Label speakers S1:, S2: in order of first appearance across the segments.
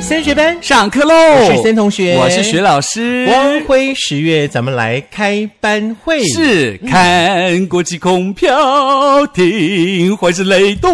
S1: 森学班，
S2: 上课喽！
S1: 我是森同学
S2: 我是学老师。
S1: 光辉十月，咱们来开班会。
S2: 是看国际空飘停，怀着雷动，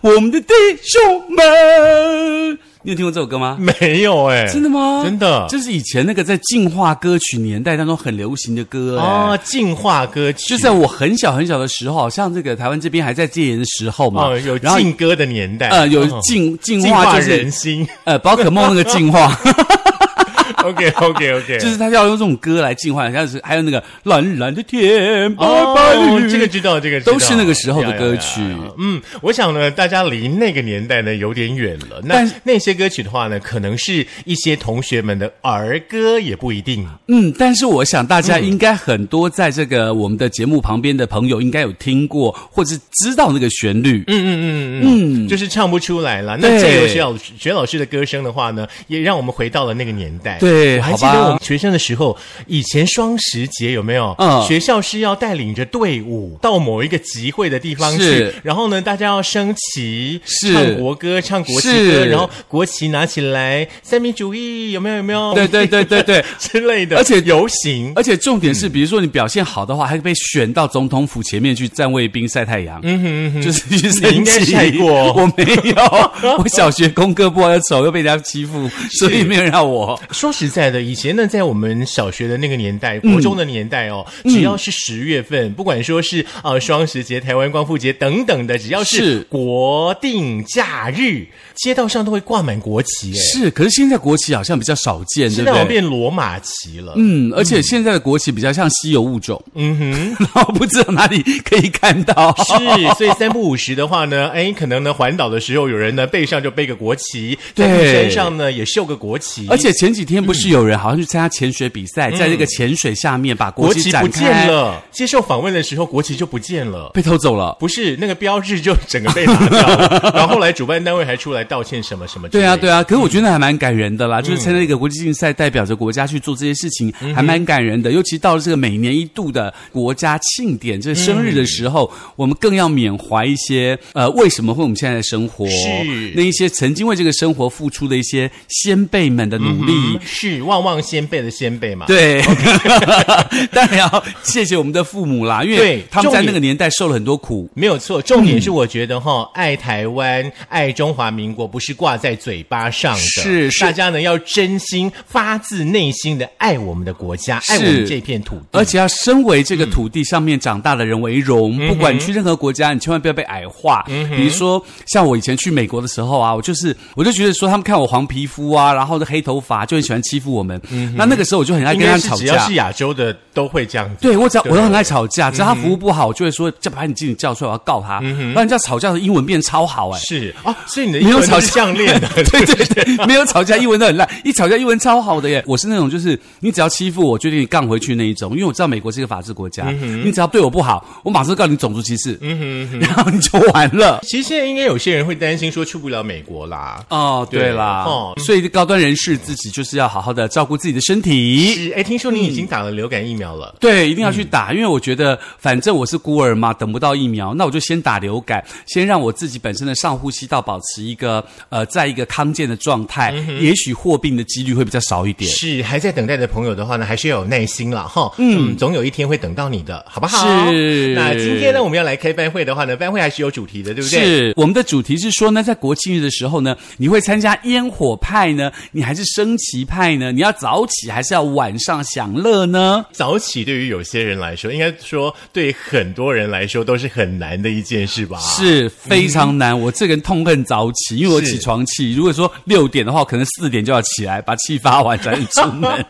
S2: 我们的弟兄们。你有听过这首歌吗？
S1: 没有哎、
S2: 真的吗？
S1: 真的
S2: 这是以前那个在进化歌曲年代当中很流行的歌哎、
S1: 哦，进化歌曲
S2: 就在我很小很小的时候，好像这个台湾这边还在戒严的时候嘛，
S1: 哦，有
S2: 然后
S1: 劲歌的年代，
S2: 呃有
S1: 哦
S2: 进进
S1: 进
S2: 化
S1: 化
S2: 就是
S1: 人 心。
S2: 呃宝可梦那个进化，
S1: OK OK OK，
S2: 就是他要用这种歌来进化，然后是还有那个蓝蓝的天，白白的
S1: 哦
S2: 云，，
S1: 这个知道，这个知道
S2: 都是那个时候的歌曲
S1: 呀呀呀呀嗯，我想呢，大家离那个年代呢有点远了。那
S2: 但是
S1: 那些歌曲的话呢，可能是一些同学们的儿歌，也不一定。
S2: 嗯，但是我想大家
S1: 嗯
S2: 应该很多在这个我们的节目旁边的朋友应该有听过或者知道那个旋律。嗯，
S1: 嗯，就是唱不出来了。那
S2: 对
S1: 借由学老学老师的歌声的话呢，也让我们回到了那个年代。
S2: 对
S1: 我还
S2: 好
S1: 记得
S2: 吧
S1: 我们学生的时候，以前双十节有没有？
S2: 嗯
S1: 学校是要带领着队伍到某一个集会的地方去
S2: 是，
S1: 然后呢，大家要升旗，
S2: 是
S1: 唱国歌，唱国旗歌，
S2: 是
S1: 然后国旗拿起来，三民主义有没有？有没有？
S2: 对对对对对
S1: 之类的，
S2: 而且
S1: 游行。
S2: 而且重点
S1: 嗯
S2: 是，比如说你表现好的话，还可以被选到总统府前面去站卫兵晒太阳。嗯哼嗯哼，就是去升旗
S1: 你应该晒过哦
S2: 我没 有，我小学功课不好又丑又被人家欺负，所以没有让我。
S1: 说实在的，以前呢，在我们小学的那个年代、
S2: 嗯
S1: 国中的年代哦，只要是十月份，不管说是呃双十节、台湾光复节等等的，只要是
S2: 是
S1: 国定假日，街道上都会挂满国旗，哎，
S2: 是，可是现在国旗好像比较少见，对
S1: 现在
S2: 不
S1: 好像
S2: 对？
S1: 变罗马旗了。
S2: 嗯，而且现在的国旗比较像稀有物种，嗯哼， 然后不知道哪里可以看到。
S1: 是，所以三不五十的话呢， 哎，可能呢环岛的时候，有人呢背上就背个国旗，在
S2: 对
S1: 身上呢也绣个国旗，
S2: 而且前几天不是有人好像去参加潜水比赛，在那个潜水下面把
S1: 嗯国
S2: 国旗
S1: 旗
S2: 展
S1: 不
S2: 开
S1: 见，了。接受访问的时候，国旗就不见了。
S2: 被偷走了。
S1: 不是那个标志就整个被拿掉了，然后后来主办单位还出来道歉什么什么之类
S2: 对
S1: 的。
S2: 啊，对啊，可是我觉得还蛮感人的
S1: 嗯
S2: 啦，就是参加一个国际竞赛，代表着国家去做这些事情，还蛮感人的。尤其到了这个每年一度的国家庆典，这生日的时候，
S1: 嗯
S2: 我们更要缅怀一些呃，为什么会我们现在的生活，
S1: 是
S2: 那一些曾经为这个生活付出的一些先辈们的努力。
S1: 嗯，是旺旺先辈的先辈嘛？，
S2: 对，当然要谢谢我们的父母啦，因
S1: 对
S2: 为他们在
S1: 重点
S2: 那个年代受了很多苦。
S1: 没有错。重点是我觉得哈、爱台湾、爱中华民国不是挂在嘴巴上的，
S2: 是是
S1: 大家呢要真心、发自内心的爱我们的国家，爱我们
S2: 是
S1: 这片土地。
S2: 而且要身为这个土地上面长大的人为荣，
S1: 嗯
S2: 不管你去任何国家，你千万不要被矮化。比如说，像我以前去美国的时候啊，我就是我就觉得说，他们看我黄皮肤啊，然后的黑头发，就很喜欢欺负我们。那那个时候我就很爱
S1: 嗯应
S2: 跟他
S1: 该
S2: 们
S1: 是
S2: 吵
S1: 只要
S2: 架
S1: 是。亚洲的都会这样子。
S2: 对我只要
S1: 对嗯
S2: 我都很爱吵架，只要他服务不好，我就会说就把你经理叫出来，我要告他。然后人家吵架的英文变超好哎、
S1: 是啊，所以你的
S2: 没
S1: 英
S2: 有
S1: 文
S2: 吵
S1: 都
S2: 架
S1: 是项链的，
S2: 对对对，没有吵架，英文都很烂，一吵架英文超好的耶。我是那种就是你只要欺负我，就给你杠回去那一种，因为我知道美国是一个法治国家，
S1: 嗯
S2: 你只要对我不好，我马上告你种族歧视，然后你就完了。
S1: 其实现在应该有些人会担心说去不了美国啦。
S2: 哦，对啦，
S1: 对哦
S2: 所以高端人士自己就是要好好的照顾自己的身体。
S1: 是，哎，听说你
S2: 嗯
S1: 已经打了流感疫苗了。
S2: 对，一定要去
S1: 嗯
S2: 打，因为我觉得反正我是孤儿嘛，等不到疫苗，那我就先打流感，先让我自己本身的上呼吸道保持一个呃，在一个康健的状态，
S1: 嗯
S2: 也许获病的几率会比较少一点。
S1: 是还在等待的朋友的话呢，还是要有耐心啦，哈。嗯，总有一天会等到你的，好不好？
S2: 是
S1: 那今天呢，我们要来开班会的话呢，班会还是有主题的，对不对？。
S2: 是我们的主题是说呢，在国庆日的时候呢，你会参加烟火派呢，你还是升旗派呢？你要早起还是要晚上享乐呢？
S1: 早起对于有些人来说，应该说对很多人来说都是很难的一件事吧？。
S2: 是非常难，我这个人痛恨早起，因为我
S1: 是
S2: 起床气。如果说六点的话，我可能四点就要起来，把气发完才能出 门。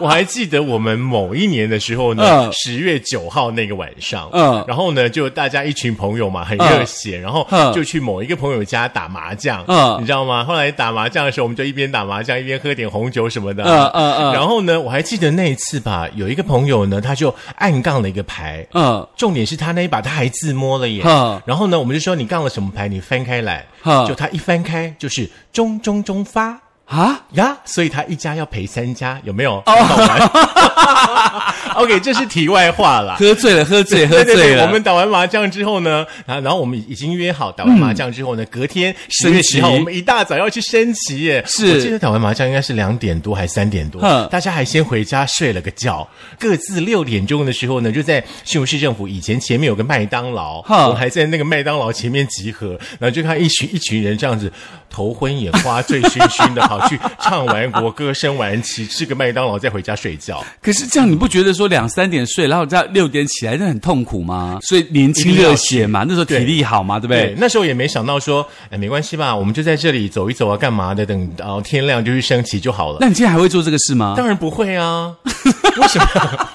S1: 我还记得我们某一年的时候呢
S2: 嗯，
S1: 十、月九号那个晚上，嗯
S2: 嗯，
S1: 然后呢，就大家一群朋友嘛，很热血，然后
S2: 嗯
S1: 就去某一个朋友家打麻将，嗯
S2: 嗯，
S1: 你知道吗？后来打麻将的时候，我们就一边打麻将一边喝点红酒什么的，嗯嗯
S2: 嗯嗯
S1: 嗯。
S2: 嗯
S1: 然后呢，我还记得那一次吧，有一个朋友呢，他就暗杠了一个牌。
S2: 嗯，
S1: 重点是他那一把他还自摸了耶
S2: 嗯，
S1: 然后呢，我们就说你杠了什么牌？你翻开来，
S2: 嗯
S1: 就他一翻开就是中中中发，
S2: 啊。
S1: 呀，所以他一家要赔三家，有没有？
S2: 哦
S1: 好玩 OK，这是题外话啦。
S2: 喝醉了，喝醉，喝
S1: 对对
S2: 醉
S1: 对，
S2: 了。
S1: 我们打完麻将之后呢，啊然后然后我们已经约好打完麻将之后呢，隔天十月十号
S2: 升旗
S1: 我们一大早要去升旗耶。
S2: 是
S1: 我记得打完麻将应该是两点多还三点多
S2: 哼，
S1: 大家还先回家睡了个觉，各自六点钟的时候呢，就在新竹市政府以前前面有个麦当劳，
S2: 哼
S1: 我们还在那个麦当劳前面集合，然后就看一群一群人这样子头昏眼花、醉醺醺的跑去唱完国歌、升完旗、吃个麦当劳再回家睡觉。
S2: 可是这样，你不觉得说两三点睡，然后再六点起来，那很痛苦吗？所以年轻热血嘛，那时候体力好嘛，对不
S1: 对
S2: 对？，
S1: 那时候也没想到说，哎，没关系吧，我们就在这里走一走啊，干嘛的？等到天亮就去升旗就好了。
S2: 那你现在还会做这个事吗？
S1: 当然不会啊， 为什么？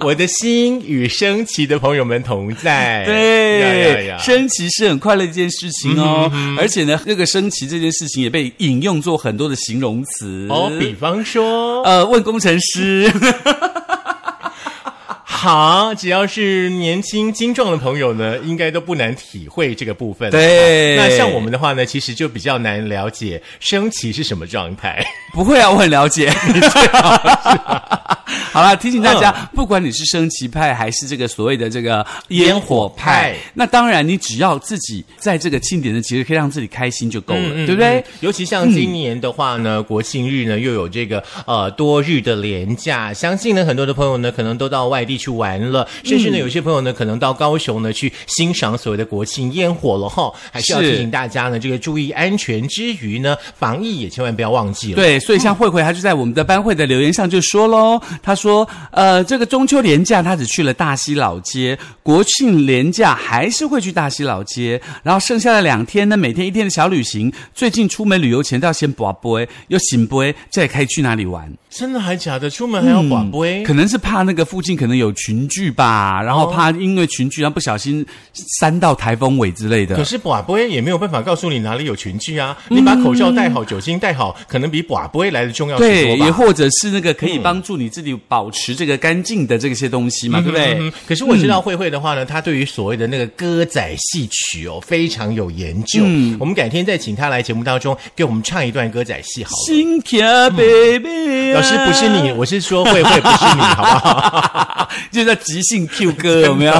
S1: 我的心与升旗的朋友们同在。呀呀
S2: 对，
S1: 呀嗯
S2: 升旗是很快乐的一件事情哦，而且呢，那个升旗这件事情也被引用做很多的形容词
S1: 哦，比方嗯说，
S2: 呃，问工程师，
S1: 好，只要是年轻精壮的朋友呢，应该都不难体会这个部分。
S2: 对
S1: 那像我们的话呢，其实就比较难了解升旗是什么状态。
S2: 不会啊，我很 了解。 好啦，提醒大家，
S1: 嗯
S2: 不管你是升旗派还是这个所谓的这个烟火派，
S1: 烟火派
S2: 那当然你只要自己在这个庆典的节日可以让自己开心就够了，
S1: 嗯
S2: 对不对？嗯
S1: 嗯尤其像今年的话呢，国庆日呢又有这个呃多日的连假，相信呢很多的朋友呢可能都到外地去玩了，甚
S2: 嗯
S1: 至呢有些朋友呢可能到高雄呢去欣赏所谓的国庆烟火了哈。还是要
S2: 是
S1: 提醒大家呢，这个注意安全之余呢，防疫也千万不要忘记了。
S2: 对，所以像慧慧，她就在我们的班会的留言上就说喽，她说，呃，这个中秋连假她只去了大溪老街，国庆连假还是会去大溪老街，然后剩下的两天呢，每天一天的小旅行。最近出门旅游前都要先卜卜，又醒卜，再可以去哪里玩？
S1: 真的还假的？出门还要广播、
S2: 嗯可能是怕那个附近可能有群聚吧，然后怕因为群聚，然后不小心扇到台风尾之类
S1: 可
S2: 的。
S1: 是寡播也没有办法告诉你哪里有群聚啊！
S2: 嗯
S1: 你把口罩戴好，酒精戴好，可能比寡播来的重要许
S2: 对，
S1: 多
S2: 也
S1: 吧。嗯
S2: 或者是那个可以帮助你自己保持这个干净的这些东西嘛，对不对？
S1: 嗯可是我知道慧慧的话呢，她对于所谓的那个歌仔戏曲哦非常有研究。我们改天再请她来节目当中给我们唱一段歌仔戏好了。
S2: 心跳，baby，、
S1: 老师不是你，，哦我是说慧慧不是你，好不好？
S2: 就叫即兴 Q 歌，有 没有？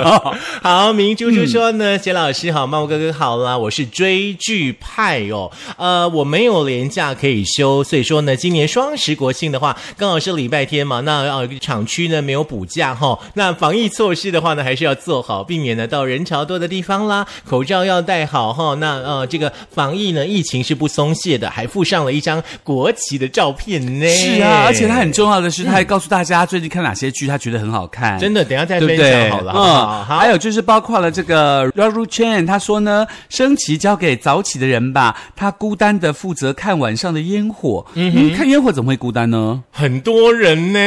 S1: 好，明珠珠说呢，
S2: 嗯
S1: 杰、老师好，茂哥哥好啦，我是追剧派哦。呃，我没有年假可以休，所以说呢，今年双十国庆的话，刚好是礼拜天嘛，那呃厂区呢没有补假哈、那防疫措施的话呢，还是要做好，避免呢到人潮多的地方啦，口罩要戴好哈、那呃这个防疫呢，疫情是不松懈的，还附上了一张国旗的照片呢。
S2: 是
S1: 哎
S2: 啊，而且他很重要的是，他还告诉大家最近看哪些剧，他觉得很好看。
S1: 真的，等一下再分
S2: 对不
S1: 享
S2: 对？嗯
S1: 好了，好不好？好
S2: 还有就是包括了这个 r a r u Chen，他说呢，升旗交给早起的人吧，他孤单的负责看晚上的烟火。嗯看烟火怎么会孤单呢？
S1: 很多人呢。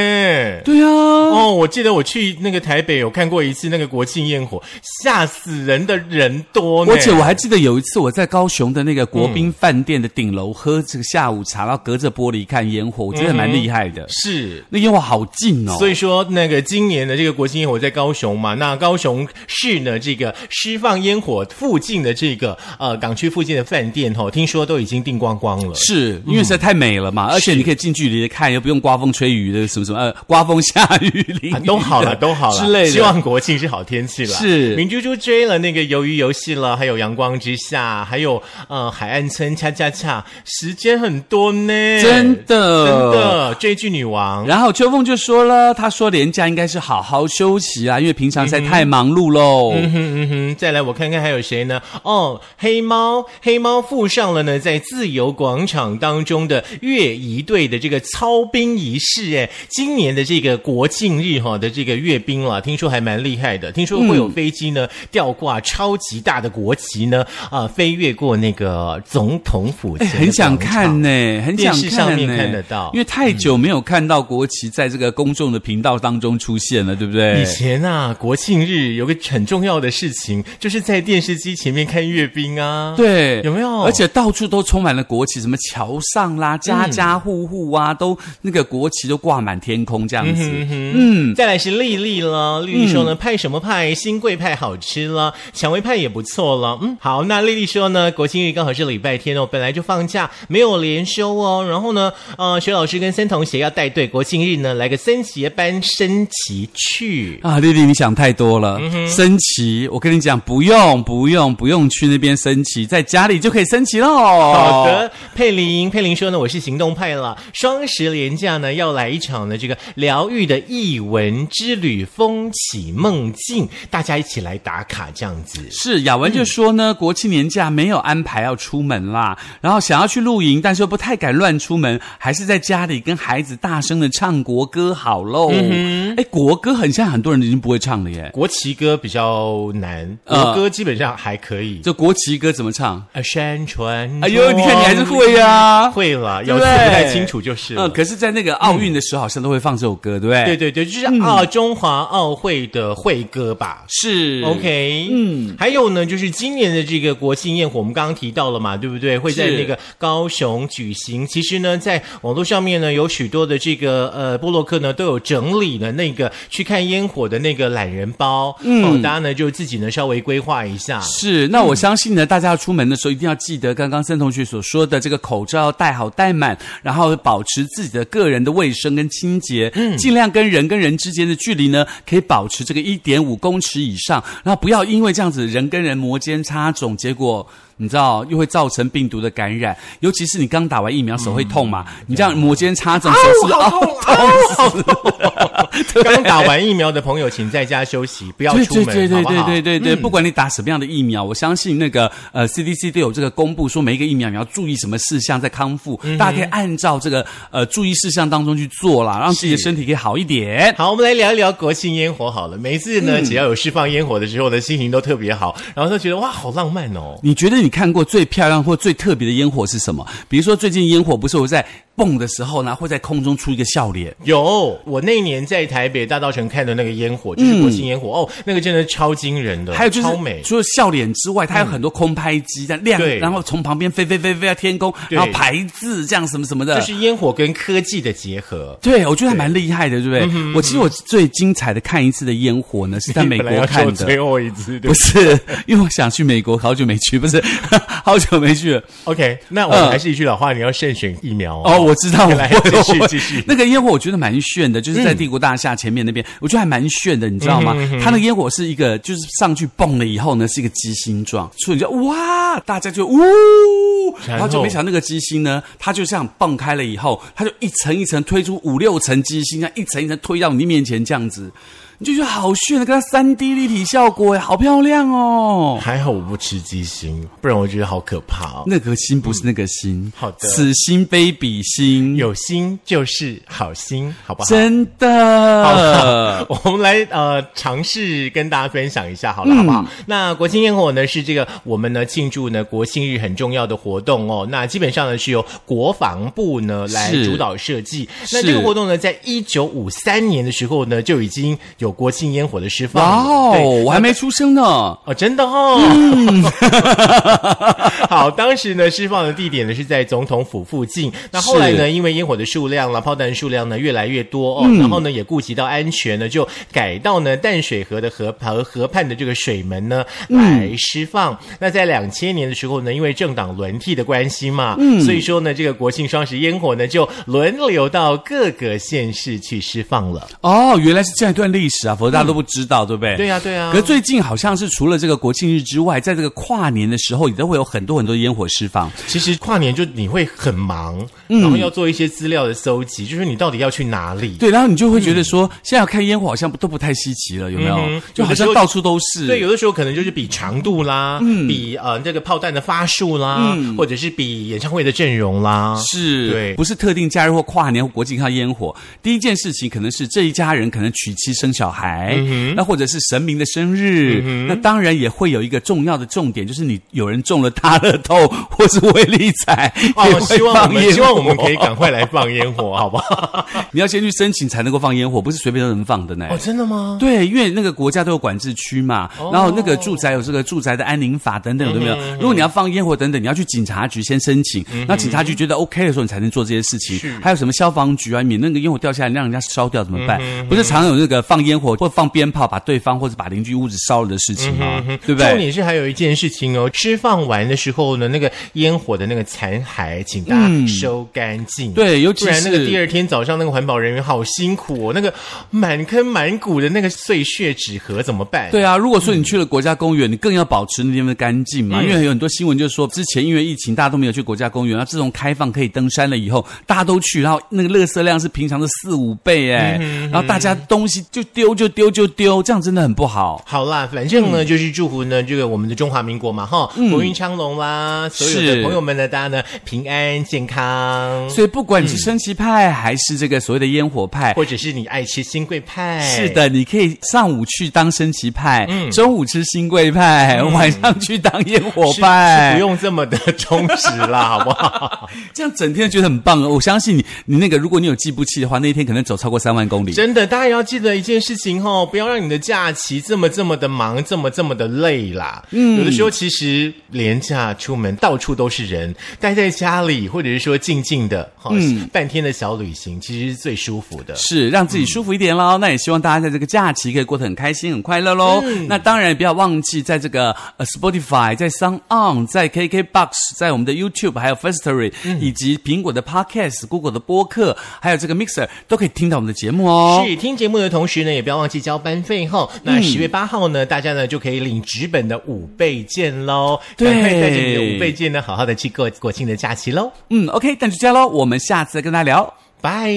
S2: 对啊，
S1: 哦，我记得我去那个台北有看过一次那个国庆焰火，吓死人的人多呢。
S2: 而且我还记得有一次我在高雄的那个国宾饭店的顶楼喝这个下午茶，然后隔着玻璃看烟火，我觉得还蛮厉害的。
S1: 是。
S2: 那烟火好近哦，
S1: 所以说，那个今年的这个国庆烟火在高雄嘛，那高雄市呢，这个释放烟火附近的这个呃港区附近的饭店哦，听说都已经订光光了。
S2: 是因为实在太美了嘛，而且你可以近距离的看，又不用刮风吹雨的什么什么，呃，刮风下雨淋雨
S1: 啊
S2: 的、
S1: 都好 了，都好了
S2: 之类的。
S1: 希望国庆是好天气了。
S2: 是
S1: 明珠珠追了那个鱿鱼游戏了，还有阳光之下，还有呃海岸村恰恰恰，时间很多呢，
S2: 真的
S1: 真的追剧女王。
S2: 然后秋凤就说了，他说廉假应该是好好休息啊，因为平常实在太忙碌喽。
S1: 嗯哼嗯哼，再来我看看还有谁呢？哦，黑猫，黑猫附上了呢，在自由广场当中的乐仪队的这个操兵仪式。哎，今年的这个国庆日哈、的这个阅兵啊，听说还蛮厉害的，听说会有飞机呢吊挂超级大的国旗呢，啊、飞越过那个总统府前的广场、
S2: 哎很想看呢、很
S1: 嗯
S2: 想
S1: 电视上
S2: 看呢、
S1: 面看得到嗯
S2: 因为太久久没有看到国旗在这个公众的频道当中出现了，对不对
S1: 以？前啊，国庆日有个很重要的事情，就是在电视机前面看阅兵啊。，
S2: 对，
S1: 有没有嗯
S2: 而且到处都充满了国旗，什么桥上啦，家家户户啊，都那个国旗都挂满天空这样子。
S1: 嗯，再来是丽丽了。丽丽说呢，派什么派？新贵派好吃了，蔷薇派也不错了。嗯，好，那丽丽说呢，国庆日刚好是礼拜天哦，本来就放假，没有连休哦。然后呢，呃，薛老师跟森同学要带队，国庆日呢来个森协班升旗去。
S2: 啊，丽丽，你想太多了。
S1: 嗯
S2: 升旗，我跟你讲，不用，不用，不用去那边升旗，在家里就可以升旗喽。
S1: 好的，佩林，佩林说呢，我是行动派了。双十连假呢，要来一场呢这个疗愈的译文之旅，风起梦境，大家一起来打卡这样子。
S2: 是雅文就说
S1: 嗯
S2: 呢，国庆年假没有安排要出门啦，然后想要去露营，但是又不太敢乱出门，还是在家里跟孩子大声的唱国歌好喽。哎、
S1: 嗯
S2: 国歌很像很多人已经不会唱了耶，
S1: 国旗歌比较难，
S2: 呃
S1: 国歌基本上还可以。
S2: 这国旗歌怎么唱？
S1: 啊，山川。
S2: 哎呦，你看你还是会呀、啊。
S1: 会了，
S2: 对
S1: 有
S2: 不
S1: 字不
S2: 对
S1: 太清楚就是了。
S2: 嗯，可是，在那个奥运的时候，好像都会放这首歌，对不对？
S1: 对，对对，就是
S2: 嗯
S1: 啊，中华奥会的会歌吧。
S2: 是
S1: OK，嗯，还有呢，就是今年的这个国庆焰火，我们刚刚提到了嘛，对不对？会在
S2: 是
S1: 那个高雄举行。其实呢，在网络上面呢，有许多的这个呃布洛克呢都有整理了那个去看烟火的那个懒人包，嗯、哦，大家呢就自己呢稍微规划一下。
S2: 是，那我相信呢，大家出门的时候一定要记得刚刚森同学所说的，这个口罩要戴好戴满，然后保持自己的个人的卫生跟清洁，
S1: 嗯
S2: 尽量跟人跟人之间的距离呢，可以保持这个一点五公尺以上，然后不要因为这样子人跟人摩肩擦踵，结果。你知道，又会造成病毒的感染，尤其是你刚打完疫苗手会痛嘛？
S1: 嗯
S2: 你这样摩肩擦踵，手
S1: 啊
S2: 是凹
S1: 刚打完疫苗的朋友，请在家休息，不要
S2: 对
S1: 出门，
S2: 对对对
S1: 好不嗯
S2: 对
S1: 好
S2: 对对对，不管你打什么样的疫苗，我相信那个呃 CDC 都有这个公布，说每一个疫苗你要注意什么事项在康复，
S1: 嗯
S2: 大家可以按照这个呃注意事项当中去做啦，让自己的
S1: 是
S2: 身体可以好一点。
S1: 好，我们来聊一聊国庆烟火好了。每一次呢，只要有释放烟火的时候呢，心情都特别好，然后都觉得哇，好浪漫哦。
S2: 你觉得你看过最漂亮或最特别的烟火是什么？比如说最近烟火不是我在蹦的时候呢，会在空中出一个笑脸。
S1: 有，我那年在台北大稻城看的那个烟火，就是国庆烟火、哦，那个真的超惊人的，
S2: 嗯还有就是
S1: 超美，。嗯
S2: 除了笑脸之外，它有很多空拍机在亮
S1: 对，
S2: 然后从旁边飞飞飞飞到天空，
S1: 对
S2: 然后排字这样什么什么的，
S1: 就是烟火跟科技的结合，
S2: 对，我觉得还蛮厉害的，对不对？
S1: 嗯
S2: 我其实我最精彩的看一次的烟火呢，是在美
S1: 本来
S2: 国
S1: 要
S2: 看
S1: 做最
S2: 的。
S1: 后一次，对
S2: 不是，因为我想去美国，好久没去，不是， 好久没去了。
S1: OK，那我
S2: 嗯
S1: 们还是一句老话，你要慎选疫苗
S2: 哦，我知道，我
S1: 来继续继续嗯
S2: 那个烟火我觉得蛮炫的，就是在帝国大厦前面那边，我觉得还蛮炫的，你知道吗？它那个烟火是一个，就是上去蹦了以后呢，是一个鸡心状，所以你就哇，大家就呜，
S1: 然后
S2: 然后就没想到那个鸡心呢，它就像蹦开了以后，它就一层一层推出五六层鸡心，这样一层一层推到你面前这样子。你就觉得好炫的，跟它三 D 立体效果哎，好漂亮哦！
S1: 还好我不吃鸡心，不然我觉得好可怕哦。
S2: 那个心不是那个心，
S1: 好的
S2: 此心非彼心，
S1: 有心就是好心，好不好？
S2: 真
S1: 好了
S2: 啊的，
S1: 我们来呃尝试跟大家分享一下好
S2: 嗯
S1: 了，好不好？那国庆烟火呢是这个我们呢庆祝呢国庆日很重要的活动哦。那基本上呢是由国防部呢来
S2: 是
S1: 主导设计。
S2: 是
S1: 那这个活动呢，在一九五三年的时候呢就已经有国庆烟火的释放
S2: 哇
S1: 了。对
S2: 哦，我还没出生呢。
S1: 哦，真的哦。 好，当时呢，释放的地点呢是在总统府附近。那后来呢，因为烟火的数量啦、炮弹数量呢越来越多哦，然后呢也顾及到安全呢，就改到呢淡水河的河河河畔的这个水门呢来释放。那在两千年的时候呢，因为政党轮替的关系嘛，所以说呢，这个国庆双十烟火呢就轮流到各个县市去释放了。
S2: 哦，原来是这样一段历史啊，否则大家都不知道，对不对？
S1: 对、呀、对呀、
S2: 可是最近好像是除了这个国庆日之外，在这个跨年的时候，也都会有很多很多烟火释放。
S1: 其实跨年就你会很忙，
S2: 嗯
S1: 然后要做一些资料的搜集，就是你到底要去哪里？
S2: 对，然后你就会觉得说，现在要看烟火好像都不太稀奇了，有没有？
S1: 嗯哼
S2: 就好像到处都是。
S1: 对，有的时候可能就是比长度啦，
S2: 嗯
S1: 比呃这个炮弹的发数啦，或者是比演唱会的阵容啦。
S2: 是，
S1: 对
S2: 啊不是特定假日或跨年或国庆看烟火。第一件事情可能是这一家人可能娶妻生小孩，
S1: 嗯
S2: 那或者是神明的生日，那当然也会有一个重要的重点，就是你有人中了大乐透，或是威力彩，也
S1: 哦，
S2: 会
S1: 希望我
S2: 放
S1: 们
S2: 烟火。
S1: 希望我们可以赶快来放烟火，好不 好？
S2: 你要先去申请才能够放烟火，不是随便都能放的呢。
S1: 哦，真的吗？
S2: 对，因为那个国家都有管制区嘛，
S1: 哦
S2: 然后那个住宅有这个住宅的安宁法等等，有
S1: 嗯
S2: 没有？如果你要放烟火等等，你要去警察局先申请，那警察局觉得 OK 的时候，你才能做这些事情
S1: 是。
S2: 还有什么消防局啊，免那个烟火掉下来让人家烧掉怎么
S1: 嗯
S2: 办？不是常有那个放烟火或放鞭炮把对方或者把邻居屋子烧了的事情
S1: 嗯
S2: 吗？对不
S1: 重
S2: 对？
S1: 点是还有一件事情哦，吃放完的时候呢，那个烟火的那个残骸，请大
S2: 嗯
S1: 家收干净。
S2: 对尤其
S1: 不然那个
S2: 是
S1: 第二天早上，那个环保人员好辛苦哦，那个满坑满谷的那个碎屑纸盒怎么办？
S2: 对啊，如果说你去了国家公园，你更要保持那地方的干净
S1: 嗯
S2: 嘛，因为有很多新闻就说，之前因为疫情大家都没有去国家公园，然后啊自从开放可以登山了以后，大家都去，然后那个垃圾量是平常的四五倍
S1: 嗯
S2: 哎，然后大家东西就丢就丢就丢，这样真的很不好。
S1: 好啦，反正呢，就是祝福呢这个我们的中华民国嘛，哈，国运昌隆啦，所有的
S2: 嗯是
S1: 朋友们呢，大家呢平安健康，
S2: 所以不管你是升旗派还是这个所谓的烟火派。
S1: 或者是你爱吃新贵派，
S2: 是。的，你可以上午去当升旗派，
S1: 嗯
S2: 中午吃新贵派，晚上去当烟火
S1: 是嗯
S2: 派，
S1: 是不用这么的 充实啦，好不好？
S2: 这样整天觉得很棒哦！我相信你，你那个如果你有计步器的话，那一天可能走超过三万公里。
S1: 真的，大家也要记得一件事情哦，不要让你的假期这么这么的忙，这么这么的累啦。嗯，有的时候其实廉价出门到处都是人，待在家里或者是说静静的，哈、半天的小旅行其实是最舒服的。
S2: 是让自己舒服一点喽。那也希望大家在这个假期可以过得很开心、很快乐喽。
S1: 嗯
S2: 那当然也不要忘记，在这个呃 Spotify、在 Sound On、在 KKBox、在我们的 YouTube、还有 Firstory、以
S1: 嗯
S2: 及苹果的 Podcast、Google 的播客，还有这个 Mixer 都可以听到我们的节目哦。
S1: 是听节目的同时呢，也不要忘记交班费哈。那十月八号呢，大家呢就可以领纸本的五倍券喽。
S2: 对
S1: 赶快带着你的五倍券呢，好好的去过国庆的假期喽。
S2: 嗯，OK，那就这样喽，我们下次再跟大家聊。
S1: 拜。